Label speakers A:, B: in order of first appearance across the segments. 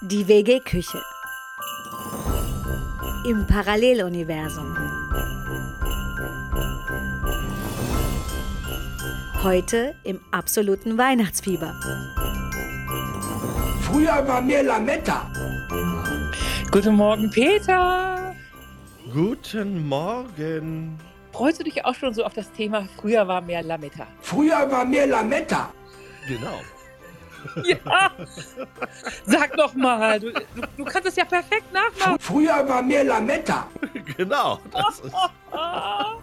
A: Die WG-Küche. Im Paralleluniversum. Heute im absoluten Weihnachtsfieber.
B: Früher war mehr Lametta.
C: Guten Morgen, Peter.
D: Guten Morgen.
C: Freust du dich auch schon so auf das Thema Früher war mehr Lametta?
B: Früher war mehr Lametta.
D: Genau.
C: Ja! Sag doch mal, du, du, du kannst es ja perfekt nachmachen.
B: Früher war mehr Lametta.
D: Genau. Das, ist,
C: Ah.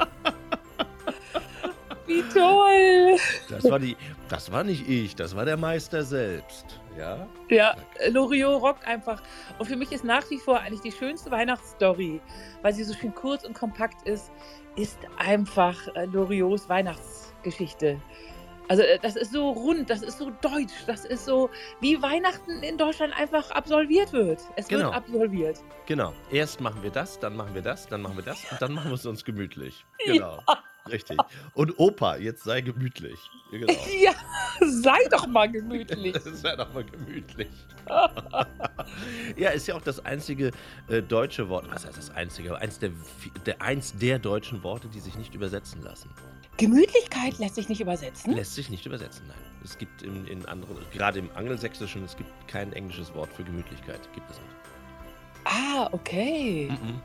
C: Wie toll!
D: das, war die, das war nicht ich, das war der Meister selbst. Ja?
C: Ja, äh, Loriot rockt einfach. Und für mich ist nach wie vor eigentlich die schönste Weihnachtsstory, weil sie so schön kurz und kompakt ist, ist einfach äh, Loriots Weihnachtsgeschichte. Also äh, das ist so rund, das ist so deutsch, das ist so, wie Weihnachten in Deutschland einfach absolviert wird. Es
D: Genau.
C: wird absolviert.
D: Genau. Erst machen wir das, dann machen wir das, dann machen wir das und dann machen wir es uns gemütlich. Genau. Richtig. Und Opa, jetzt sei gemütlich. Ja, Genau.
C: Ja, sei doch mal gemütlich.
D: Sei doch mal gemütlich. ja, ist ja auch das einzige äh, deutsche Wort, was heißt das einzige, aber eins der, vi- der, eins der deutschen Worte, die sich nicht übersetzen lassen.
C: Gemütlichkeit lässt sich nicht übersetzen.
D: Lässt sich nicht übersetzen, nein. Es gibt in, in anderen, gerade im Angelsächsischen, es gibt kein englisches Wort für Gemütlichkeit. Gibt es nicht.
C: Ah, okay.
D: Mhm.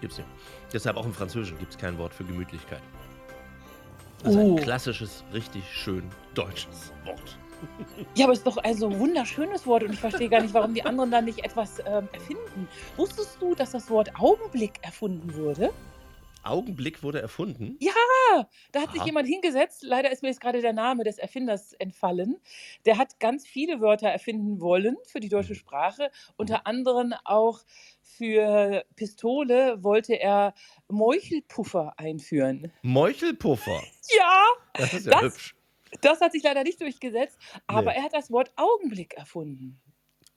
D: Gibt's nicht. Deshalb auch im Französischen gibt es kein Wort für Gemütlichkeit. Das ist
C: Oh.
D: ein klassisches, richtig schön deutsches Wort.
C: Ja, aber es ist doch ein so wunderschönes Wort und ich verstehe gar nicht, warum die anderen da nicht etwas ähm, erfinden. Wusstest du, dass das Wort Augenblick erfunden wurde?
D: Augenblick wurde erfunden.
C: Da hat sich
D: Aha.
C: jemand hingesetzt, leider ist mir jetzt gerade der Name des Erfinders entfallen. Der hat ganz viele Wörter erfinden wollen für die deutsche
D: Mhm.
C: Sprache. Unter anderem auch für Pistole wollte er Meuchelpuffer einführen.
D: Meuchelpuffer.
C: Ja,
D: Das ist ja
C: Das-
D: hübsch.
C: das hat sich leider nicht durchgesetzt, aber
D: Nee.
C: er hat das Wort Augenblick erfunden.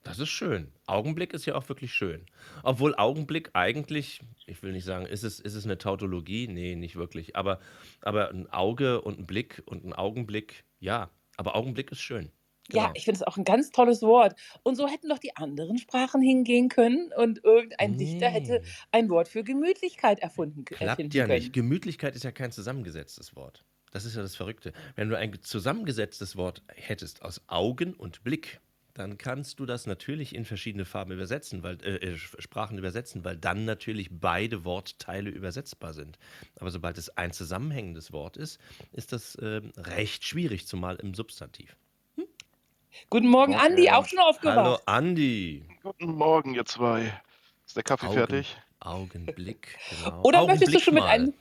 D: Das ist schön. Augenblick ist ja auch wirklich schön. Obwohl Augenblick eigentlich, ich will nicht sagen, ist es, ist es eine Tautologie? Nee, nicht wirklich. Aber, aber ein Auge und ein Blick und ein Augenblick, ja. Aber Augenblick ist schön. Genau.
C: Ja, ich finde es auch ein ganz tolles Wort. Und so hätten doch die anderen Sprachen hingehen können und irgendein Dichter hätte
D: Nee,
C: ein Wort für Gemütlichkeit erfunden, erfinden
D: Klappt ja
C: können.
D: nicht. Gemütlichkeit ist ja kein zusammengesetztes Wort. Das ist ja das Verrückte. Wenn du ein zusammengesetztes Wort hättest aus Augen und Blick, dann kannst du das natürlich in verschiedene Farben übersetzen, weil, äh, äh, Sprachen übersetzen, weil dann natürlich beide Wortteile übersetzbar sind. Aber sobald es ein zusammenhängendes Wort ist, ist das ähm, recht schwierig, zumal im Substantiv.
C: Guten Morgen,
E: Morgen.
C: Andi, auch schon
D: Hallo
C: aufgewacht.
D: Andi.
E: Guten Morgen, ihr zwei. Ist der Kaffee
D: Augen-
E: fertig?
D: Augenblick. Genau.
C: Oder möchtest du schon mit
D: mal.
C: einem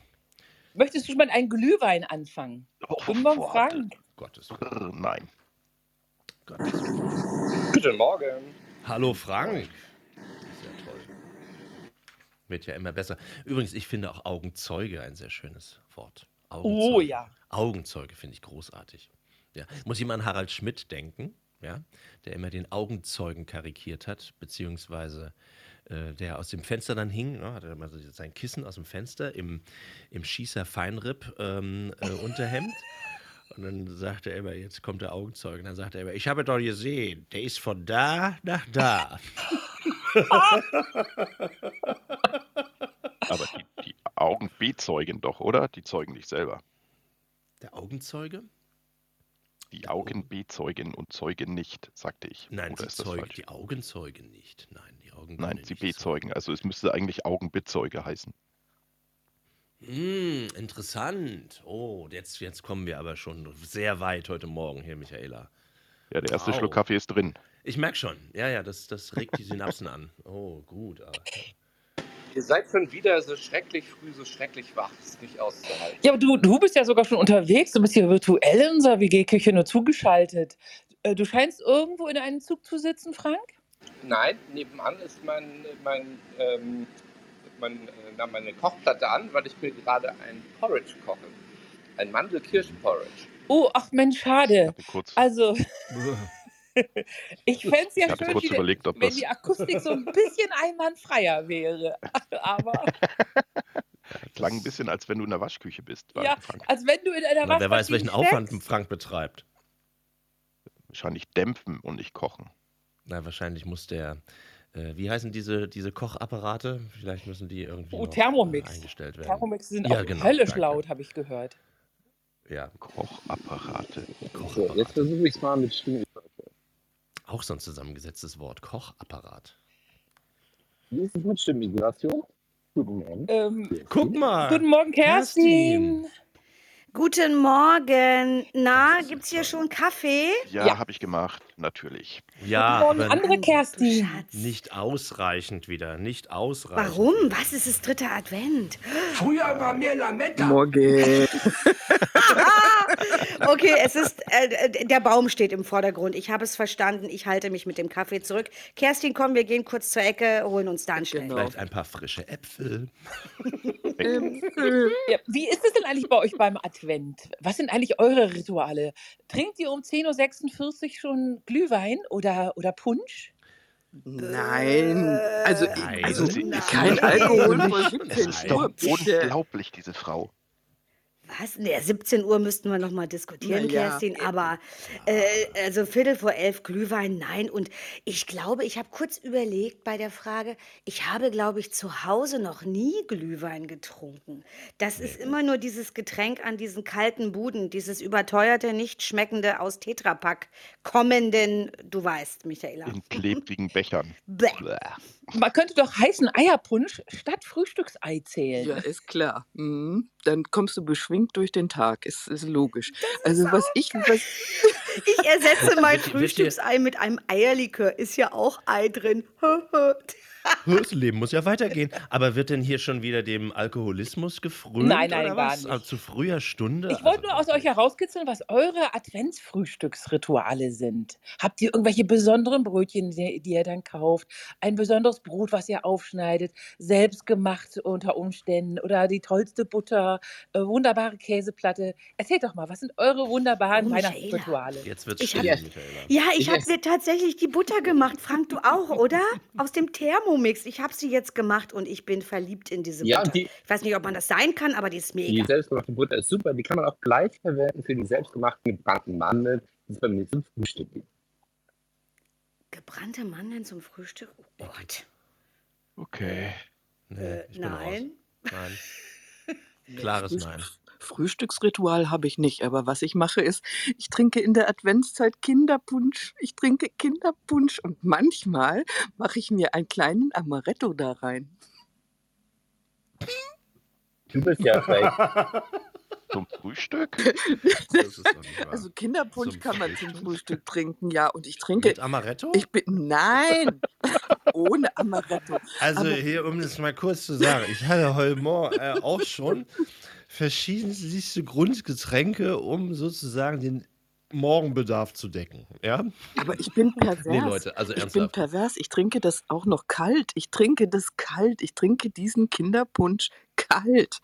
C: möchtest du schon mit einem Glühwein anfangen?
E: Oh,
C: Guten Morgen,
E: warte.
C: Frank.
D: Gottes Willen,
E: Brr, Nein.
D: Gottes Willen.
F: Guten Morgen.
D: Hallo Frank. Das ist ja toll. Wird ja immer besser. Übrigens, ich finde auch Augenzeuge ein sehr schönes Wort. Augenzeuge.
C: Oh ja.
D: Augenzeuge finde ich großartig. Ja. Muss ich mal an Harald Schmidt denken, ja? der immer den Augenzeugen karikiert hat, beziehungsweise äh, der aus dem Fenster dann hing, ne? hat er immer so sein Kissen aus dem Fenster im, im Schießer Feinripp ähm, äh, Unterhemd. Und dann sagt er immer, jetzt kommt der Augenzeuge. Und dann sagt er immer, ich habe doch gesehen, der ist von da nach da.
E: Aber die, die Augen bezeugen doch, oder? Die zeugen nicht selber.
D: Der Augenzeuge?
E: Die Augen bezeugen und zeugen nicht, sagte ich.
D: Nein,
E: oder
D: sie
E: ist das
D: zeugen,
E: falsch?
D: die Augenzeugen nicht. Nein, die Augen
E: Nein,
D: können
E: sie
D: nicht
E: bezeugen. Also es müsste eigentlich Augenbezeuge heißen.
D: Hm, interessant. Oh, jetzt, jetzt kommen wir aber schon sehr weit heute Morgen hier, Michaela.
E: Ja, der erste
D: Au.
E: Schluck Kaffee ist drin.
D: Ich merke schon. Ja, ja, das, das regt die Synapsen an. Oh, gut. ah,
F: Ihr seid schon wieder so schrecklich früh, so schrecklich wach. Ist nicht auszuhalten.
C: Ja, aber du, du bist ja sogar schon unterwegs, du bist hier virtuell in unserer WG-Küche nur zugeschaltet. Äh, Du scheinst irgendwo in einem Zug zu sitzen, Frank?
F: Nein, nebenan ist mein, mein, ähm, mein, äh, na, meine Kochplatte an, weil ich mir gerade ein Porridge koche. Ein Mandelkirschenporridge.
C: Oh, ach Mensch,
E: Ich
C: schade.
E: hatte kurz,
C: Also, ich fände es
E: ich
C: ja
E: hatte
C: schön,
E: kurz
C: wie der-
E: überlegt, ob
C: wenn
E: das.
C: die Akustik so ein bisschen einwandfreier wäre. Aber
E: Klang ein bisschen, als wenn du in der Waschküche bist,
C: Ja.
E: Frank.
C: als wenn du in einer
D: Na, wer weiß,
C: Waschmaschine
D: welchen Aufwand
C: steckst.
D: Frank betreibt.
E: Wahrscheinlich dämpfen und nicht kochen.
D: Na, wahrscheinlich muss der. Äh, wie heißen diese, diese Kochapparate? Vielleicht müssen die irgendwie
C: Oh,
D: noch, äh,
C: Thermomix.
D: eingestellt werden.
C: Thermomix sind
D: Ja,
C: auch
D: genau,
C: höllisch
D: danke.
C: laut, habe ich gehört.
D: Ja,
E: Kochapparate.
F: So, jetzt
D: Kochapparat.
F: versuche ich es mal mit Stimme.
D: Auch so ein zusammengesetztes Wort. Kochapparat.
F: Wie ist es mit Stimmmigration? Guten Morgen.
C: Ähm,
D: Guck mal.
C: guten Morgen, Kerstin.
D: Hm? Ah, Kerstin.
A: Guten Morgen. Na,
D: Das ist
A: gibt's hier
D: toll.
A: schon Kaffee?
E: Ja,
C: Ja.
E: habe ich gemacht, natürlich.
D: Ja,
C: guten Morgen,
D: aber
C: andere Kerstin.
A: Schatz.
D: nicht ausreichend wieder. Nicht ausreichend.
A: Warum? Was ist das dritte Advent?
B: Früher war mir Lametta.
G: Morgen.
A: Okay, es ist äh, d- der Baum steht im Vordergrund. Ich habe es verstanden. Ich halte mich mit dem Kaffee zurück. Kerstin, komm, wir gehen kurz zur Ecke, holen uns dann schnell.
G: Genau.
D: Vielleicht ein paar frische Äpfel.
C: Ja, wie ist es denn eigentlich bei euch beim Advent? Was sind eigentlich eure Rituale? Trinkt ihr um 10.46 Uhr schon Glühwein oder, oder Punsch?
G: Nein. Also,
D: Nein.
G: also
E: Sie ist
G: kein
E: nicht-
G: Alkohol vor
D: Nein.
G: 17 Uhr.
E: Doch
G: Bitte.
E: unglaublich, diese Frau.
A: Was? Nee, 17 Uhr müssten wir noch mal diskutieren,
G: Na ja.
A: Kerstin. Aber äh, also Viertel vor elf Glühwein, nein. Und ich glaube, ich habe kurz überlegt bei der Frage. Ich habe, glaube ich, zu Hause noch nie Glühwein getrunken. Das ist immer nur dieses Getränk an diesen kalten Buden, dieses überteuerte, nicht schmeckende aus Tetrapack kommenden. Du weißt, Michaela.
E: In klebrigen Bechern.
A: Bäh.
E: Bäh.
C: Man könnte doch heißen Eierpunsch statt Frühstücksei zählen.
G: Ja, ist klar. Mhm. Dann kommst du beschwingt durch den Tag. Ist, ist logisch. also, was ich. Was,
A: Ich ersetze mein
D: Wird- wird dir-
A: Frühstücksei mit einem Eierlikör. Ist ja auch Ei drin.
D: Das Leben muss ja weitergehen. Aber wird denn hier schon wieder dem Alkoholismus gefrönt?
C: Nein, nein,
D: oder
C: gar
D: was?
C: nicht.
D: Aber Zu früher Stunde?
C: Ich wollte
D: Also,
C: nur aus euch herauskitzeln, was eure Adventsfrühstücksrituale sind. Habt ihr irgendwelche besonderen Brötchen, die die ihr dann kauft? Ein besonderes Brot, was ihr aufschneidet, selbst gemacht unter Umständen oder die tollste Butter, äh, wunderbare Käseplatte. Erzählt doch mal, was sind eure wunderbaren
A: Oh, Michaela.
C: Weihnachtsrituale?
D: Jetzt wird's
A: Ich
D: still,
A: hab-
D: Michaela.
A: Ja, ich habe
F: esse-
A: mir tatsächlich die Butter gemacht. Frank, du auch, oder? Aus dem Thermomix. Ich habe sie jetzt gemacht und ich bin verliebt in diese
F: Ja,
A: Butter.
F: die-
A: ich weiß nicht, ob man das sein kann, aber die ist
F: Die
A: mega.
F: selbstgemachte Butter ist super. Die kann man auch gleich verwenden für die selbstgemachten gebrannten Mandeln. Das ist bei mir zum Frühstück.
A: Gebrannte Mandeln zum Frühstück? Oh Gott.
E: Okay.
D: Nee,
A: äh,
D: ich bin
A: nein.
D: Raus. Nein. Klares
G: Frühst-
D: Nein.
G: Frühstücksritual habe ich nicht, aber was ich mache ist, ich trinke in der Adventszeit Kinderpunsch. Ich trinke Kinderpunsch und manchmal mache ich mir einen kleinen Amaretto da rein.
F: Du bist ja recht.
E: Zum Frühstück?
D: Das ist doch nicht wahr.
G: Also Kinderpunsch
D: Zum
G: kann man zum
D: Frühstück.
G: Frühstück trinken, ja. Und ich trinke,
D: Mit Amaretto?
G: ich bin, nein, ohne Amaretto.
D: Also
G: Aber-
D: hier, um das mal kurz zu sagen, ich hatte heute Morgen äh, auch schon verschiedenste Grundgetränke, um sozusagen den Morgenbedarf zu decken. Ja?
G: Aber ich bin pervers.
D: Nee, Leute, also
G: ich bin
D: ernsthaft.
G: pervers. Ich trinke das auch noch kalt. Ich trinke das kalt. Ich trinke diesen Kinderpunsch kalt.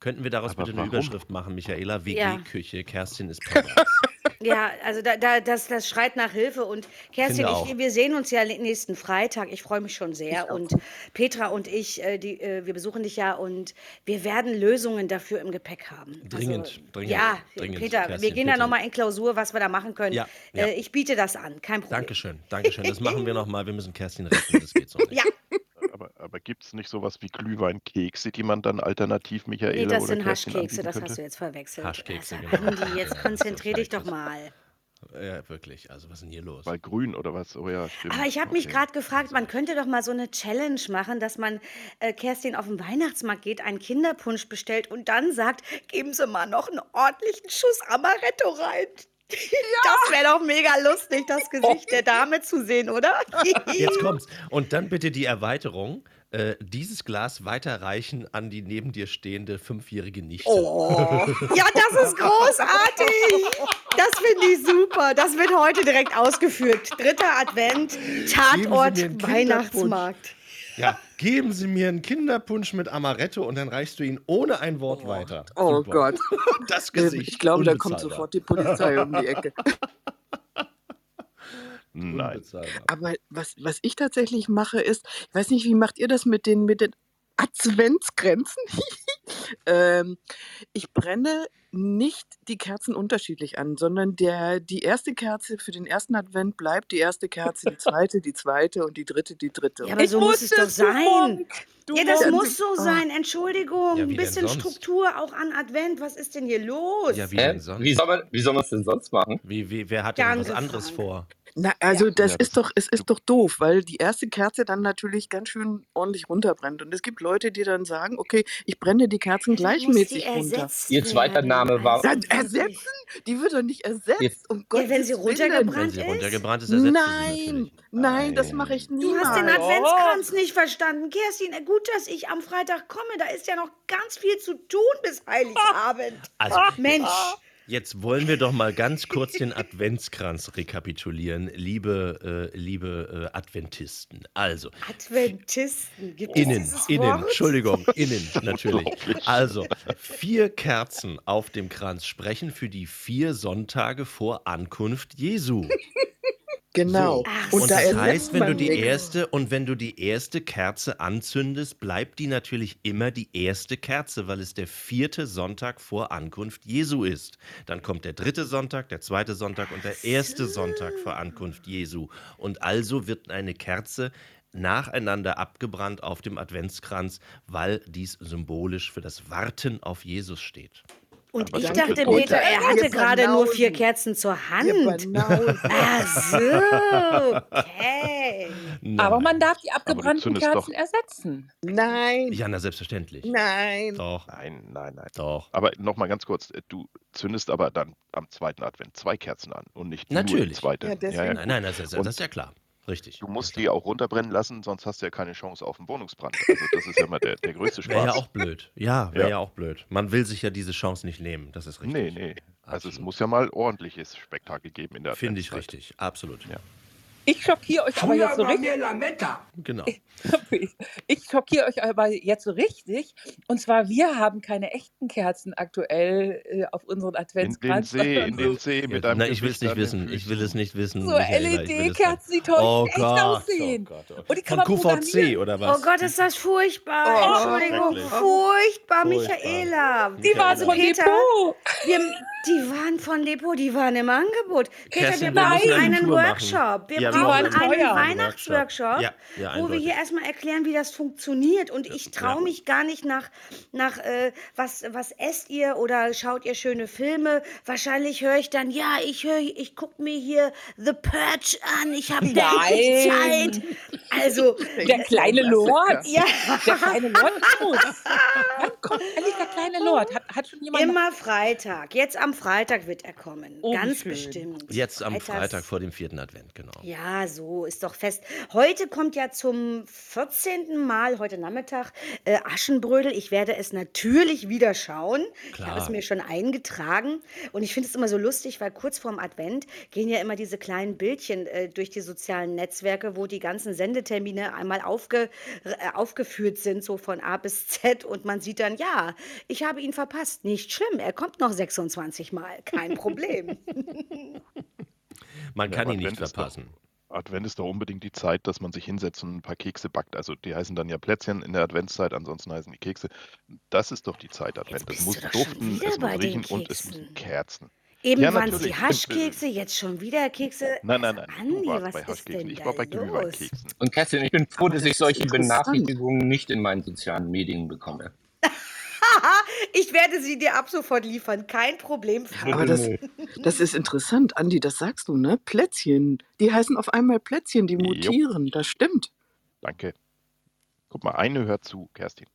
D: Könnten wir daraus
E: Aber
D: bitte eine
E: warum?
D: Überschrift machen, Michaela?
A: Ja.
D: WG-Küche, Kerstin ist pervers.
A: Ja, also da, da, das, das schreit nach Hilfe. Und Kerstin,
D: Finde
A: ich,
D: auch.
A: wir sehen uns ja nächsten Freitag. Ich freue mich schon sehr.
G: Ich auch.
A: Und Petra und ich, äh, die, äh, wir besuchen dich ja und wir werden Lösungen dafür im Gepäck haben. Also,
D: Dringend, dringend,
A: Ja,
D: dringend,
A: Peter, wir
D: Kerstin,
A: gehen da
D: bitte.
A: nochmal in Klausur, was wir da machen können.
D: Ja, ja.
A: Äh, ich biete das an, kein Problem.
D: Dankeschön, Dankeschön. Das machen wir nochmal. Wir müssen Kerstin retten, das geht so nicht.
A: Ja,
E: Aber, aber gibt es nicht sowas wie Glühweinkekse, die man dann alternativ Michaela
A: nee, das
E: oder
A: sind
E: Kerstin
A: Haschkekse,
E: anbieten
A: das
E: könnte?
A: hast du jetzt verwechselt.
D: Haschkekse,
A: also,
D: genau.
A: Andi,
D: Ja, das
A: jetzt
D: ist
A: konzentrier dich
D: vielleicht
A: doch
D: was.
A: mal.
D: Ja, wirklich. Also, was ist denn hier los?
E: Weil grün oder was? Oh ja, stimmt.
A: Aber ich habe mich
E: Okay.
A: gerade gefragt, man könnte doch mal so eine Challenge machen, dass man äh, Kerstin auf den Weihnachtsmarkt geht, einen Kinderpunsch bestellt und dann sagt, geben Sie mal noch einen ordentlichen Schuss Amaretto rein. Das wäre doch mega lustig,
G: Oh.
A: das Gesicht der Dame zu sehen, oder?
D: Jetzt kommt's. Und dann bitte die Erweiterung. Äh, dieses Glas weiterreichen an die neben dir stehende fünfjährige Nichte.
A: Oh. Ja, das ist großartig. Das finde ich super. Das wird heute direkt ausgeführt. Dritter Advent, Tatort,
D: Geben Sie mir einen Kinderpunsch.
A: Weihnachtsmarkt.
D: Ja, geben Sie mir einen Kinderpunsch mit Amaretto und dann reichst du ihn ohne ein Wort weiter.
G: Oh
D: Super.
G: Gott.
D: Das
G: Ähm,
D: Gesicht.
G: Ich glaube, da kommt
D: Unbezahlbar.
G: sofort die Polizei um die Ecke.
E: Nein.
D: Unbezahlbar.
G: Aber was, was ich tatsächlich mache, ist, ich weiß nicht, wie macht ihr das mit den, mit den Adventsgrenzen? ähm, ich brenne nicht die Kerzen unterschiedlich an, sondern der, die erste Kerze für den ersten Advent bleibt die erste Kerze, die zweite, die zweite und die dritte, die dritte.
A: Ja, aber
G: Und
A: so muss es
C: wusste
A: doch
C: du,
A: sein.
C: Monk. Du
A: ja, das
C: Monk.
A: muss so sein. Entschuldigung,
D: Ja, wie
A: ein
D: denn
A: bisschen
D: sonst?
A: Struktur auch an Advent. Was ist denn hier los?
D: Ja, wie
F: Hä?
D: denn sonst?
F: Wie soll man, wie soll man es denn sonst machen?
D: Wie, wie, wer hat
A: Gern
D: denn was anderes
A: gefragt.
D: vor?
G: Na, also das
E: Ja, das-
G: ist doch, es ist doch doof, weil die erste Kerze dann natürlich ganz schön ordentlich runterbrennt. Und es gibt Leute, die dann sagen, okay, ich brenne die Kerzen
A: muss die
G: gleichmäßig runter.
A: ersetzt
F: Ihr zweiter
A: werden,
F: Name war-
A: als-
G: Dann ersetzen? Die wird doch nicht ersetzt,
F: Jetzt-
G: um
A: Ja,
G: Gottes
A: wenn sie
G: Willen.
D: Wenn
A: runtergebrannt
D: sie
A: ist.
D: runtergebrannt ist, ersetzt sie sie
G: Nein,
D: natürlich.
G: nein, das mache ich
A: Du
G: niemals.
A: hast den
C: Nein.
A: Adventskranz nicht verstanden. Kerstin, äh, gut, dass ich am Freitag komme. Da ist ja noch ganz viel zu tun bis Heiligabend.
D: Also,
A: Mensch,
D: Jetzt wollen wir doch mal ganz kurz den Adventskranz rekapitulieren, liebe, äh, liebe äh, Adventisten. Also,
A: Adventisten gibt es
D: innen,
A: dieses
D: innen,
A: Wort?
D: Entschuldigung, innen natürlich.
E: Unglaublich.
D: Also, vier Kerzen auf dem Kranz sprechen für die vier Sonntage vor Ankunft Jesu.
G: Genau.
A: Ach,
D: Und,
A: Und da
D: das
G: ersetzt
D: heißt, wenn
G: man
D: du die
G: nichts.
D: erste und wenn du die erste Kerze anzündest, bleibt die natürlich immer die erste Kerze, weil es der vierte Sonntag vor Ankunft Jesu ist. Dann kommt der dritte Sonntag, der zweite Sonntag und der erste Sonntag vor Ankunft Jesu. Und also wird eine Kerze nacheinander abgebrannt auf dem Adventskranz, weil dies symbolisch für das Warten auf Jesus steht.
A: Und
E: Aber
A: ich
E: dann
A: dachte,
E: wird unter-
A: Peter, er hatte
G: Wir
A: gerade nur vier
G: banausen.
A: Kerzen zur
G: Ihr
A: Hand.
G: Banausen.
A: Ach so, okay.
C: Aber
D: Nein.
C: man darf die
E: du
C: abgebrannten
E: zündest doch-
C: Kerzen ersetzen.
G: Nein,
D: Ja, na selbstverständlich.
G: nein.
D: Doch,
E: Nein, nein, nein.
D: doch.
E: Aber nochmal ganz kurz, äh, du zündest aber dann am zweiten Advent zwei Kerzen an und nicht nur die
D: Natürlich.
E: zweite.
G: Ja, deswegen-
D: Nein, nein, das ist, das ist ja klar. Richtig.
E: Du musst
D: ja,
E: die auch runterbrennen lassen, sonst hast du ja keine Chance auf einen Wohnungsbrand. Also das ist ja immer der, der größte
D: Wäre
E: Spaß.
D: ja auch blöd. Ja, wäre ja.
E: Ja.
D: auch blöd. Man will sich ja diese Chance nicht nehmen. Das ist
E: nee,
D: richtig.
E: nee. Also es
D: Absolut.
E: muss ja mal ordentliches Spektakel geben in der
D: Finde ich
E: Adventszeit.
D: richtig. Absolut.
E: Ja.
C: Ich schockiere euch aber
B: Früher
C: jetzt so
B: war
C: richtig.
B: mir Lametta.
D: Genau.
C: Ich schockiere euch aber jetzt so richtig. Und zwar, wir haben keine echten Kerzen aktuell äh, auf unseren
E: In den
C: Adventskranz.
E: See, in
C: sondern
A: also
E: den See mit
D: Ja,
E: einem
D: na, ich will es
E: Gewicht
D: nicht
E: an den
D: wissen. Ich will es
E: Füßen.
D: nicht wissen.
C: So
D: Michaela, ich will es nicht.
C: LED-Kerzen, die toll
D: Oh
C: echt
D: Gott,
C: aussehen.
D: Oh Gott, oh Gott.
C: Und die kann
D: Von
C: man
D: QVC
C: programmieren.
D: oder was?
A: Oh Gott, ist das furchtbar.
C: Oh,
A: Entschuldigung,
D: schrecklich.
A: furchtbar,
D: Furchtbar.
A: Michaela.
C: Die war so
D: Michaela. oh
C: von
A: Peter,
C: Depot.
A: Wir, die waren von Depot, die waren im Angebot. Peter,
D: Kerstin,
A: wir
D: wir müssen
A: brauchen
D: eine
A: einen
D: Tour machen.
A: Workshop. Wir
D: Ja,
A: brauchen
D: wir
C: brauchen einen
A: einen
C: Workshop.
A: Weihnachtsworkshop,
D: Ja, ja,
A: wo wir
D: eindeutig.
A: hier erstmal erklären, wie das funktioniert. Und ich traue mich gar nicht nach, nach äh, was, was esst ihr oder schaut ihr schöne Filme. Wahrscheinlich höre ich dann, ja, ich höre, ich gucke mir hier The Purge an, ich habe da echt
C: Nein.
A: Zeit. Also,
C: Der kleine Lord.
A: ja.
C: Der kleine Lord muss. Wann kommt endlich der kleine Lord? Hat, hat schon jemand.
A: Immer Freitag. Jetzt am Freitag wird er kommen.
C: Oh, wie
A: Ganz
C: schön.
A: bestimmt.
D: Jetzt am
A: Freitags-
D: Freitag vor dem vierten Advent, genau.
A: Ja, so ist doch fest. Heute kommt ja zum 14. Mal, heute Nachmittag, äh, Aschenbrödel. Ich werde es natürlich wieder schauen. Ich habe
D: Klar.
A: es mir schon eingetragen. Und ich finde es immer so lustig, weil kurz vorm Advent gehen ja immer diese kleinen Bildchen äh, durch die sozialen Netzwerke, wo die ganzen Sendetermine einmal aufge, äh, aufgeführt sind, so von A bis Z. Und man sieht dann, ja, ich habe ihn verpasst. Nicht schlimm, er kommt noch 26 Mal. Kein Problem.
D: Man
E: Ja,
D: kann
E: aber
D: ihn nicht
E: Advent ist
D: verpassen.
E: Advent ist doch unbedingt die Zeit, dass man sich hinsetzt und ein paar Kekse backt. Also die heißen dann ja Plätzchen in der Adventszeit, ansonsten heißen die Kekse. Das ist doch die Zeit Advent.
A: bist
E: Es muss
A: du doch schon
E: duften,
A: wieder
E: es muss
A: bei den
E: riechen und es müssen
A: Keksen.
E: Kerzen.
A: Eben
E: Ja,
A: waren es die
E: natürlich.
A: Haschkekse, jetzt schon wieder Kekse.
E: Nein, nein,
A: Also,
E: nein. Du
A: Andi,
E: warst
A: was
E: bei
A: ist denn
E: Haschkeksen. Ich
A: da
E: war bei
A: los?
E: Glühweinkeksen.
F: Und Kerstin, ich bin froh,
G: Aber
F: dass
G: das
F: ich
G: ist
F: solche
G: interessant.
F: Benachrichtigungen nicht in meinen sozialen Medien bekomme.
A: Haha, ich werde sie dir ab sofort liefern, kein Problem. Frau.
G: Aber das,
F: Nö.
G: das ist interessant, Andi, das sagst du, ne? Plätzchen. Die heißen auf einmal Plätzchen, die
E: Jo.
G: mutieren. Das stimmt.
E: Danke. Guck mal, eine hört zu, Kerstin.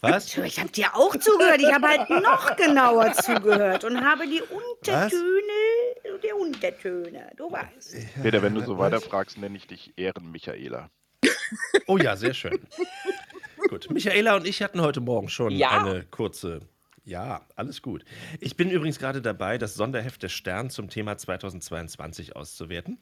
D: Was?
A: Tja, Ich habe dir auch zugehört, ich habe halt noch genauer zugehört und habe die Untertöne, die Untertöne, du weißt.
E: Peter, wenn du so weiterfragst, nenne ich dich Ehren-Michaela.
D: Oh ja, sehr schön. gut. Michaela und ich hatten heute Morgen schon
C: Ja.
D: eine kurze. Ja, alles gut. Ich bin übrigens gerade dabei, das Sonderheft des Stern zum Thema 2022 auszuwerten.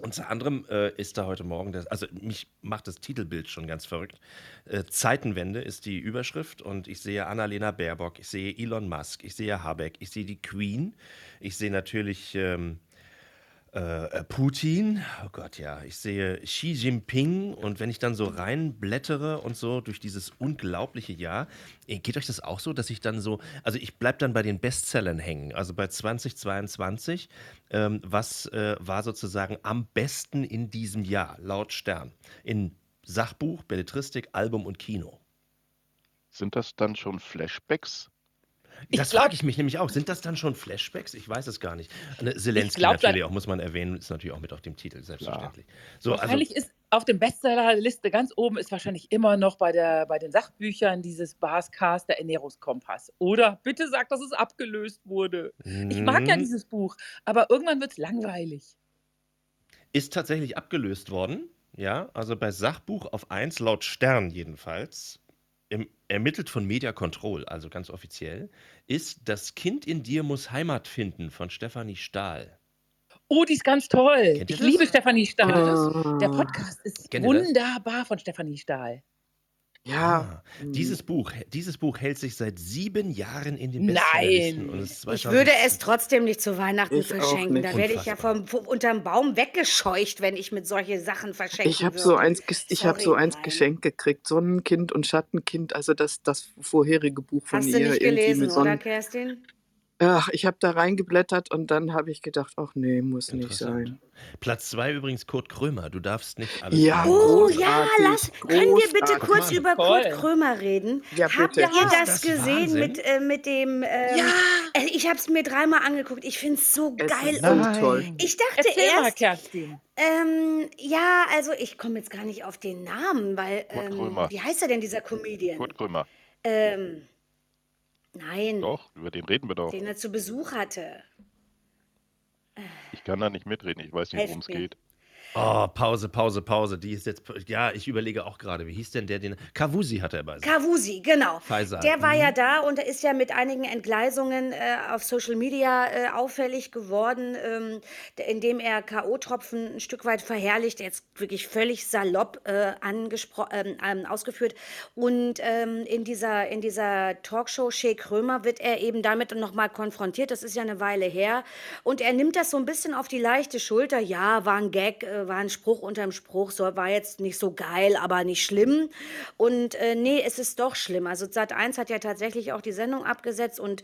D: Unter anderem äh, ist da heute Morgen, das, also mich macht das Titelbild schon ganz verrückt. Äh, Zeitenwende ist die Überschrift und ich sehe Annalena Baerbock, ich sehe Elon Musk, ich sehe Habeck, ich sehe die Queen, ich sehe natürlich ähm, äh, Putin, oh Gott, ja, ich sehe Xi Jinping und wenn ich dann so reinblättere und so durch dieses unglaubliche Jahr, äh, geht euch das auch so, dass ich dann so, also ich bleibe dann bei den Bestsellern hängen, also bei 2022, ähm, was äh, war sozusagen am besten in diesem Jahr, laut Stern, in Sachbuch, Belletristik, Album und Kino.
E: Sind das dann schon Flashbacks?
C: Ich
D: das
C: glaub-
D: frage ich mich nämlich auch. Sind das dann schon Flashbacks? Ich weiß es gar nicht. Ne, Zelensky
C: glaub, da-
D: natürlich auch, muss man erwähnen, ist natürlich auch mit auf dem Titel, selbstverständlich. So, also,
C: wahrscheinlich ist auf der Bestsellerliste ganz oben ist wahrscheinlich immer noch bei, der, bei den Sachbüchern dieses Baskars der Ernährungskompass. Oder bitte sag, dass es abgelöst wurde. Ich mag
E: Mhm.
C: ja
D: mm,
C: dieses Buch, aber irgendwann wird es langweilig.
D: Ist tatsächlich abgelöst worden. Ja, also bei Sachbuch auf 1, laut Stern jedenfalls, im, ermittelt von Media Control, also ganz offiziell, ist Das Kind in dir muss Heimat finden von Stefanie Stahl.
C: Oh, die ist ganz toll.
D: Kennt ihr
C: ich
D: das?
C: liebe Stefanie
D: Kennt ihr
C: Stahl.
D: das?
C: Der
G: Ah,
C: Podcast ist
D: Kennt ihr das?
C: wunderbar von Stefanie Stahl.
D: Ah,
G: Ja.
D: dieses, Buch, dieses Buch hält sich seit sieben Jahren in den
C: Nein.
D: Bestsellerlisten. und ist
A: Ich würde es
D: 2017.
A: trotzdem nicht zu Weihnachten
G: Ich auch
A: verschenken.
G: nicht.
A: Da werde ich ja
D: Unfassbar.
A: vom, vom unterm Baum weggescheucht, wenn ich mit solchen Sachen verschenke.
G: Ich habe so eins, ges- ich habe so
A: Sorry,
G: eins
A: nein.
G: geschenkt gekriegt, Sonnenkind und Schattenkind, also das, das vorherige Buch von
A: Hast
G: ihr.
A: du nicht
G: irgendwie
A: gelesen,
G: mit Sonnen-
A: oder Kerstin?
G: Ach, ich habe da reingeblättert und dann habe ich gedacht, ach nee, muss nicht
D: Interessant.
G: sein.
D: Platz 2 übrigens Kurt Krömer. Du darfst nicht alles.
G: Ja,
D: haben.
A: Oh
G: großartig,
A: ja, lass. Können wir bitte
G: großartig.
A: kurz
D: Mann,
A: über
C: toll.
A: Kurt Krömer reden?
G: Ja,
A: Habt
G: bitte.
A: ihr
C: Ja,
A: das,
D: das
A: gesehen
D: Wahnsinn.
A: mit, äh, mit dem. Ähm,
C: Ja.
A: äh, Ich habe es mir dreimal angeguckt. Ich finde es so
G: Es
A: geil.
G: ist so
A: Und
D: Nein.
G: toll.
A: ich dachte
C: Erzähl mal,
A: erst.
C: Kerstin.
A: Ähm, ja, also ich komme jetzt gar nicht auf den Namen, weil.
E: Kurt
A: Ähm,
E: Krömer.
A: wie heißt er denn, dieser Comedian?
E: Kurt Krömer.
A: Ähm, nein,
E: Doch, über den reden wir doch.
A: den er zu Besuch hatte.
E: Ich kann da nicht mitreden. Ich weiß nicht,
A: Helft
E: worum es
A: mir.
E: geht.
D: Oh, Pause, Pause, Pause. Die ist jetzt. Ja, ich überlege auch gerade, wie hieß denn der, den. Kavusi hatte er bei sich.
A: Kavusi, genau.
D: Faisal,
A: Der war
D: mhm.
A: ja da und er ist ja mit einigen Entgleisungen äh, auf Social Media äh, auffällig geworden, ähm, d- indem er K.O.-Tropfen ein Stück weit verherrlicht, jetzt wirklich völlig salopp äh, angespro- ähm, ähm, ausgeführt. Und ähm, in, dieser, in dieser Talkshow Shea Krömer wird er eben damit nochmal konfrontiert. Das ist ja eine Weile her. Und er nimmt das so ein bisschen auf die leichte Schulter. Ja, war ein Gag, äh, war ein Spruch unterm Spruch, so, war jetzt nicht so geil, aber nicht schlimm. Und äh, nee, es ist doch schlimm. Also Sat1 hat ja tatsächlich auch die Sendung abgesetzt und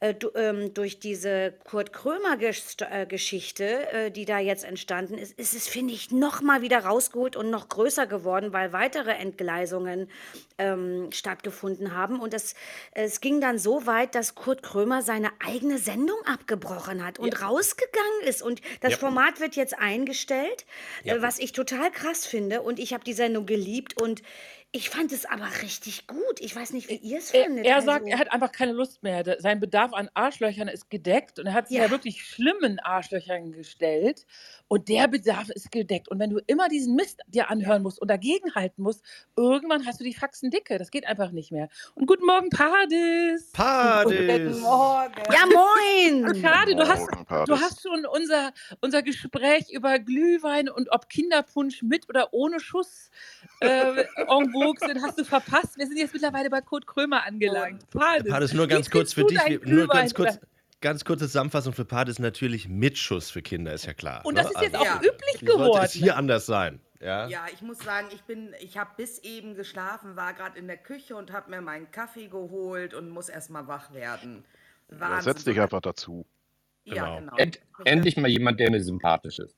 A: äh, du, ähm, durch diese Kurt Krömer Gest- äh, Geschichte, äh, die da jetzt entstanden ist, ist es finde ich noch mal wieder rausgeholt und noch größer geworden, weil weitere Entgleisungen ähm, stattgefunden haben und es, es ging dann so weit, dass Kurt Krömer seine eigene Sendung abgebrochen hat und rausgegangen ist und das
D: Ja.
A: Format wird jetzt eingestellt,
D: Ja.
A: äh, was ich total krass finde und ich habe die Sendung geliebt und ich fand es aber richtig gut. Ich weiß nicht, wie
D: Äh,
A: ihr es
C: Er,
A: findet.
C: er
A: also-
C: sagt, er hat einfach keine Lust mehr. Da- Sein Bedarf an Arschlöchern ist gedeckt und er hat sich ja.
A: Ja.
C: wirklich schlimmen Arschlöchern gestellt und der Bedarf ist gedeckt. Und wenn du immer diesen Mist dir anhören musst und dagegenhalten musst, irgendwann hast du die Faxen dicke. Das geht einfach nicht mehr. Und guten Morgen, Pardis.
D: Pardis.
C: Oh,
A: Ja, moin!
C: Schade, du hast,
E: Morgenpartys.
C: du hast schon unser, unser Gespräch über Glühwein und ob Kinderpunsch mit oder ohne Schuss äh, en vogue sind, hast du verpasst. Wir sind jetzt mittlerweile bei Kurt Krömer angelangt. Pardis,
D: Pardis, nur ganz
C: wie kriegst
D: kurz für
C: du
D: dich.
C: deinen
D: wir- Nur
C: Glühwein
D: ganz kurz.
C: oder-
D: Ganz kurze Zusammenfassung für Pardis natürlich Mitschuss für Kinder, ist ja klar.
C: Und
D: ne?
C: das ist jetzt auch üblich
D: wie Sollte
C: geworden.
D: es hier anders sein. Ja.
H: Ja, ich muss sagen, ich bin, ich habe bis eben geschlafen, war gerade in der Küche und habe mir meinen Kaffee geholt und muss erstmal wach werden.
E: Ja,
H: Wahnsinn.
E: setz dich einfach dazu.
H: Ja,
D: Genau.
H: genau.
F: End, endlich mal jemand, der mir sympathisch ist.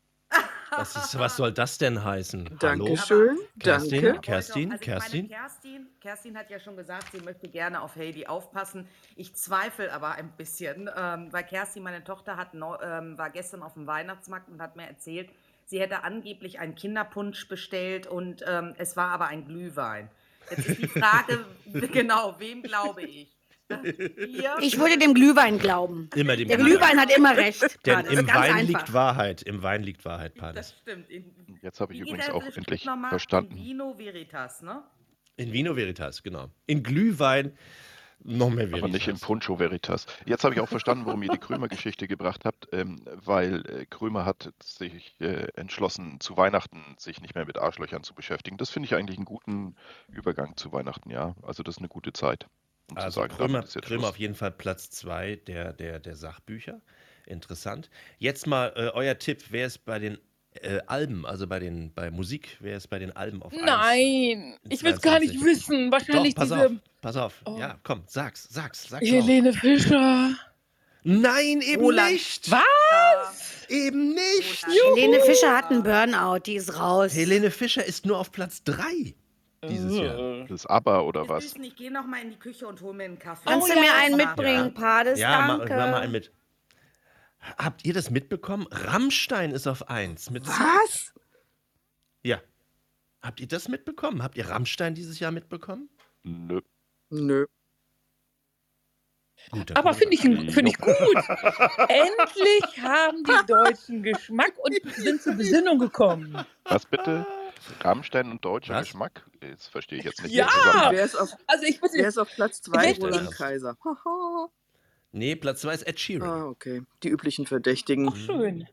D: Was, ist, was soll das denn heißen? Hallo?
G: Dankeschön,
D: Kerstin?
G: danke.
D: Kerstin,
H: Also ich
D: Kerstin?
H: Meine, Kerstin, Kerstin hat ja schon gesagt, sie möchte gerne auf Heidi aufpassen. Ich zweifle aber ein bisschen, ähm, weil Kerstin, meine Tochter, hat neu, ähm, war gestern auf dem Weihnachtsmarkt und hat mir erzählt, sie hätte angeblich einen Kinderpunsch bestellt und ähm, es war aber ein Glühwein. Jetzt ist die Frage, genau, wem glaube ich? Ihr?
A: Ich würde dem Glühwein glauben.
D: Immer dem
A: Der
D: Glühwein.
A: Glühwein hat immer recht.
D: Denn
A: Mann, das ist
D: im
A: ganz
D: Wein
A: einfach.
D: liegt Wahrheit. Im Wein liegt Wahrheit,
H: das
D: Pardis.
H: stimmt. In,
E: Jetzt habe ich
H: in
E: übrigens
H: jeder
E: auch
H: Schrift
E: endlich
H: nochmal
E: verstanden.
H: In Vino Veritas, ne?
D: In Vino Veritas, genau. In Glühwein noch mehr Veritas.
E: Aber nicht im Puncho Veritas. Jetzt habe ich auch verstanden, warum ihr die Krömer-Geschichte gebracht habt, ähm, weil äh, Krömer hat sich äh, entschlossen, zu Weihnachten sich nicht mehr mit Arschlöchern zu beschäftigen. Das finde ich eigentlich einen guten Übergang zu Weihnachten, ja. Also das ist eine gute Zeit. um zu
D: Also
E: sagen, damit
D: Krömer,
E: ist jetzt
D: Krömer
E: Schluss.
D: auf jeden Fall Platz 2 der, der, der Sachbücher. Interessant. Jetzt mal äh, euer Tipp, wer ist bei den äh, Alben, also bei den bei Musik, wer ist bei den Alben auf eins?
I: Nein,
D: In
I: ich will es gar nicht
D: 22.
I: wissen. Wahrscheinlich
D: Doch, pass
I: diese
D: auf, pass auf.
I: Oh.
D: Ja, komm, sag's, sag's, sag's. laut.
I: Helene Fischer.
D: Nein, eben
H: Roland.
D: nicht.
I: Was?
D: Eben nicht.
A: Helene Fischer hat einen Burnout, die ist raus.
D: Helene Fischer ist nur auf Platz 3 dieses Jahr.
E: Das Aber oder was?
H: Was? Süßen, ich gehe noch mal in die Küche und hole mir einen Kaffee.
A: Kannst
I: Oh
A: du mir
I: ja,
A: einen
I: das war-
A: mitbringen, Pades?
D: Ja, mach, mach
A: Danke.
D: mal einen mit. Habt ihr das mitbekommen? Rammstein ist auf 1 mit
G: Was?
D: Ja. Habt ihr das mitbekommen? Habt ihr Rammstein dieses Jahr mitbekommen?
E: Nö.
G: Nö.
D: Gut, dann
C: Aber
D: gucken
C: finde ich, find ich gut. Endlich haben die Deutschen Geschmack und sind zur Besinnung gekommen.
E: Was bitte? Rammstein und deutscher
D: Was?
E: Geschmack? Das verstehe ich jetzt nicht.
C: Ja!
E: den
A: Oh.
E: Zusammenhang.
G: Wer ist auf,
C: Also ich muss
G: wer ist auf Platz 2?
D: Wer-
G: Roland
D: ich-
G: Kaiser. Haha.
D: wir- Nee, Platz 2 ist Ed Sheeran.
G: ah, okay. Die üblichen Verdächtigen.
C: Ach, schön.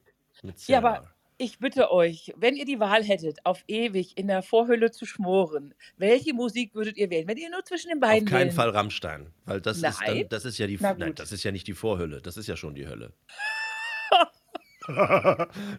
D: Mit
C: Ja,
D: Sarah.
C: aber- Ich bitte euch, wenn ihr die Wahl hättet, auf ewig in der Vorhölle zu schmoren, welche Musik würdet ihr wählen? Wenn ihr nur zwischen den
D: Auf
C: beiden
D: keinen
C: wählen.
D: Fall Rammstein. Weil das ist dann,
C: Nein.
D: das ist ja die
C: Na
D: Nein,
C: gut.
D: das ist ja nicht die Vorhölle, das ist ja schon die Hölle.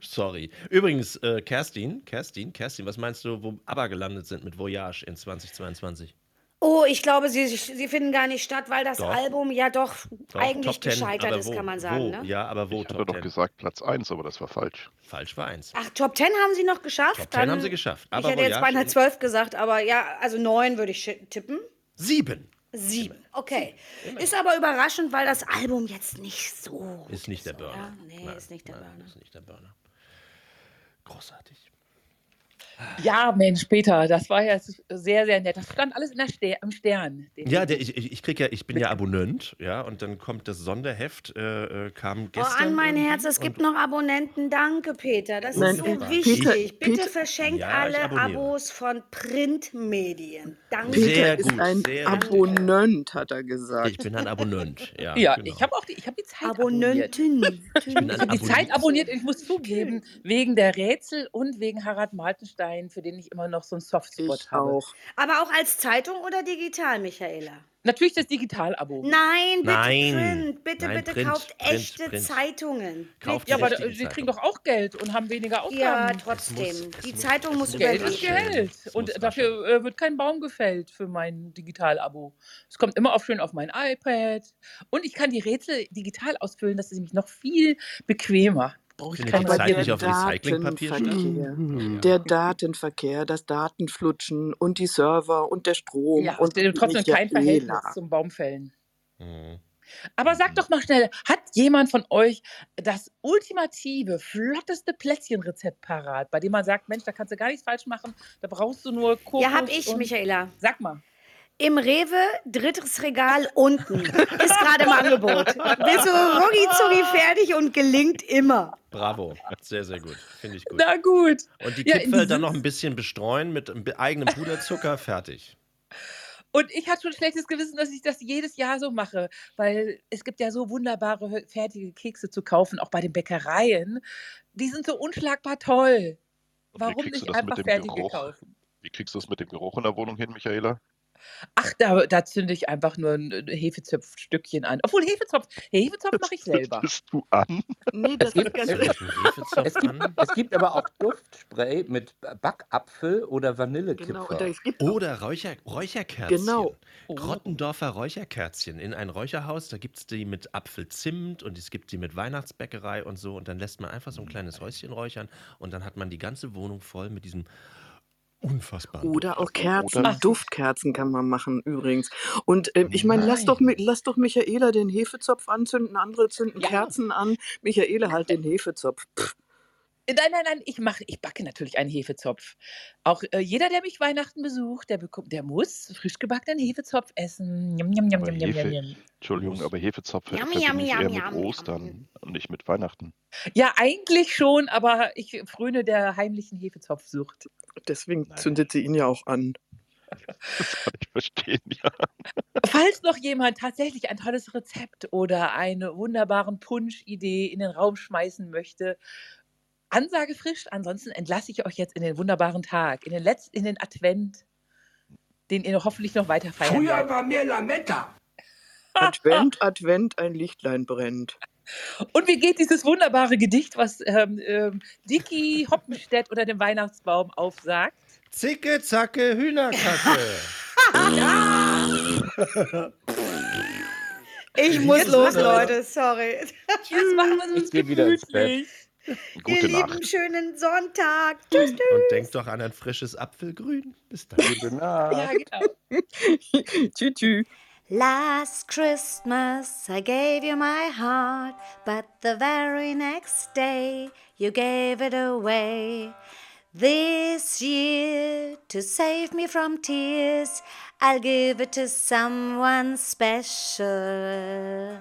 D: Sorry. Übrigens, äh, Kerstin, Kerstin, Kerstin, was meinst du, wo ABBA gelandet sind mit Voyage in 2022?
A: Oh, ich glaube, sie, sie finden gar nicht statt, weil das
D: Doch.
A: Album ja doch,
D: Doch,
A: eigentlich
D: Top 10,
A: gescheitert
D: aber
A: ist,
D: wo?
A: kann man sagen.
D: Wo?
A: Ne?
D: Ja, aber wo
E: Ich hatte
D: Oh, Top
E: doch
D: 10?
E: gesagt Platz 1, aber das war falsch.
D: Falsch war eins.
A: Ach, Top 10 haben sie noch geschafft?
D: Top 10 haben sie geschafft.
A: Ich
D: Aber
A: hätte jetzt
D: Voyage
A: beinahe
D: in-
A: 12 gesagt, aber ja, also 9 würde ich schi- tippen.
D: Sieben.
A: 7. Okay. Ist aber überraschend, weil das Album jetzt nicht so.
D: Ist nicht der
A: oder?
D: Burner.
A: Nee,
D: Nein,
A: ist nicht der
D: nein,
A: Burner. Oh,
D: Ist nicht der Burner. Großartig.
C: Ja, Mensch, Peter, das war ja sehr, sehr nett. Das stand alles in der Ster im Stern. Den-
D: Ja, der, ich, ich ich krieg ja, ich bin ja Abonnent, ja, und dann kommt das Sonderheft, äh, äh, kam
A: Oh,
D: gestern.
A: an mein
D: irgendwie
A: Herz, es gibt
D: und-
A: noch Abonnenten. Danke, Peter. Das
D: Nein,
A: ist so
D: Peter,
A: wichtig.
G: Peter-
A: Bitte verschenkt
D: Ja, ich
A: alle
D: abonniere.
A: Abos von Printmedien. Danke.
D: Sehr
G: Peter
D: gut,
G: ist ein
D: sehr
G: Abonnent, hat er gesagt.
D: Ich bin ein Abonnent, ja.
C: ja
D: genau.
C: ich habe auch die, ich hab die Zeit abonniert.
A: Abonnenten.
C: Ich habe
D: bin ein
C: die
D: Abonnent.
C: Zeit abonniert und ich muss zugeben, wegen der Rätsel und wegen Harald Martenstein, für den ich immer noch so einen Softspot
G: Ich
C: habe.
G: auch.
A: Aber auch als Zeitung oder digital, Michaela?
C: Natürlich das Digital-Abo.
A: Nein, bitte
D: Nein.
A: Print. Bitte,
D: Nein,
A: bitte
D: Print,
A: kauft
D: Print,
A: echte
D: Print.
A: Zeitungen.
D: Kauft
A: Bitte.
C: Ja, aber
D: richtige
C: äh, sie
D: Zeitung.
C: kriegen doch auch Geld und haben weniger Aufgaben.
A: Ja,
D: Es muss-
A: trotzdem.
D: es
A: die
D: muss-
A: Zeitung
D: es
A: muss
D: muss
C: Geld ist
A: überleben.
D: rascheln.
C: Geld.
D: Es muss
C: Und dafür äh, wird kein Baum gefällt für mein Digital-Abo. Es kommt immer auch schön auf mein iPad. Und ich kann die Rätsel digital ausfüllen, das ist nämlich noch viel bequemer. Brauche ich
D: Findet
C: kein
D: die Zeit
C: Rasier-
D: nicht auf Recyclingpapier
G: Datenverkehr.
C: Mhm.
D: statt?
G: Der Datenverkehr, das Datenflutschen und die Server und der Strom
C: Ja,
G: und
C: und äh, trotzdem kein
G: Michaela.
C: Verhältnis zum Baumfällen.
D: Mhm.
C: Aber sag doch mal schnell, hat jemand von euch das ultimative, flotteste Plätzchenrezept parat, bei dem man sagt, Mensch, da kannst du gar nichts falsch machen, da brauchst du nur Kokos
A: Ja, hab ich,
C: und-
A: Michaela.
C: Sag mal.
A: Im Rewe, drittes Regal unten. Ist gerade im Angebot. Bist du rucki fertig und gelingt immer.
D: Bravo, sehr, sehr gut. Finde ich gut.
C: Na gut.
D: Und die
C: Ja, in
D: Kipferl
C: dieses-
D: dann noch ein bisschen bestreuen mit be- eigenem Puderzucker, fertig.
C: Und ich hatte schon schlechtes Gewissen, dass ich das jedes Jahr so mache, weil es gibt ja so wunderbare fertige Kekse zu kaufen, auch bei den Bäckereien. Die sind so unschlagbar toll.
E: Und
C: Warum
E: kriegst du
C: nicht
E: das
C: einfach fertig gekauft?
E: Wie kriegst du das mit dem Geruch in der Wohnung hin, Michaela?
C: Ach, da, da zünde ich einfach nur ein äh, Hefezopfstückchen an. Obwohl Hefezopf, Hefezopf mache ich selber.
E: Bist du an?
G: Nee, das ist ganz
D: Soll ich einen Hefezopf
J: Es gibt,
D: an?
J: es gibt aber auch Duftspray mit Backapfel oder Vanillekipferl.
G: genau. Und da es gibt
D: Oder Räucher, Räucherkerzchen.
G: Genau.
C: Oh.
D: Grottendorfer Räucherkerzchen in ein Räucherhaus. Da gibt es die mit Apfelzimt und es gibt die mit Weihnachtsbäckerei und so. Und dann lässt man einfach so ein kleines Häuschen räuchern und dann hat man die ganze Wohnung voll mit diesem unfassbaren.
G: Oder auch Kerzen,
E: Oder-
G: Duftkerzen kann man machen übrigens. Und ähm, ich meine, lass
D: Nein.
G: doch, Mi- lass doch Michaela den Hefezopf anzünden, andere zünden
C: Ja.
G: Kerzen an. Michaela halt den Hefezopf. Pff,
C: Äh, Nein, nein, nein, ich mache, ich backe natürlich einen Hefezopf. Auch äh, jeder, der mich Weihnachten besucht, der bekommt, der muss frisch gebackenen Hefezopf essen. Njam, njam, njam,
E: Aber
C: njam, njam,
E: Hefe-
C: njam.
E: Entschuldigung,
D: Muss.
E: aber Hefezopf
A: Yummy,
E: verbinde
A: yummy,
E: ich
A: yummy,
E: eher mit
A: yummy,
E: Ostern
A: yummy.
E: und nicht mit Weihnachten.
C: Ja, eigentlich schon, aber ich fröne der heimlichen Hefezopfsucht.
G: deswegen
E: Nein.
G: zündet sie ihn ja auch an.
E: Das kann ich verstehen, ja.
C: Falls noch jemand tatsächlich ein tolles Rezept oder eine wunderbaren Punsch-Idee in den Raum schmeißen möchte, Ansage frisch. Ansonsten entlasse ich euch jetzt in den wunderbaren Tag, in den letzten, in den Advent, den ihr hoffentlich noch weiter feiern
B: Früher
C: werdet.
B: war mehr Lametta.
G: Advent, Advent, ein Lichtlein brennt.
C: Und wie geht dieses wunderbare Gedicht, was ähm, ähm, Dicky Hoppenstedt unter dem Weihnachtsbaum aufsagt?
I: Zicke, zacke, Hühnerkacke.
A: Ich muss los, Leute, sorry.
C: Jetzt machen wir uns
J: Ich geh wieder ins Bett.
C: gemütlich.
A: Ihr
E: Gute Nacht.
A: lieben, schönen Sonntag. Tschüss, tschüss.
D: Und denkt doch an ein frisches Apfelgrün. Bis dann.
J: Gute Nacht.
C: Ja, genau.
G: tschü, tschü.
A: Last Christmas I gave you my heart, but the very next day you gave it away. This year, to save me from tears, I'll give it to someone special.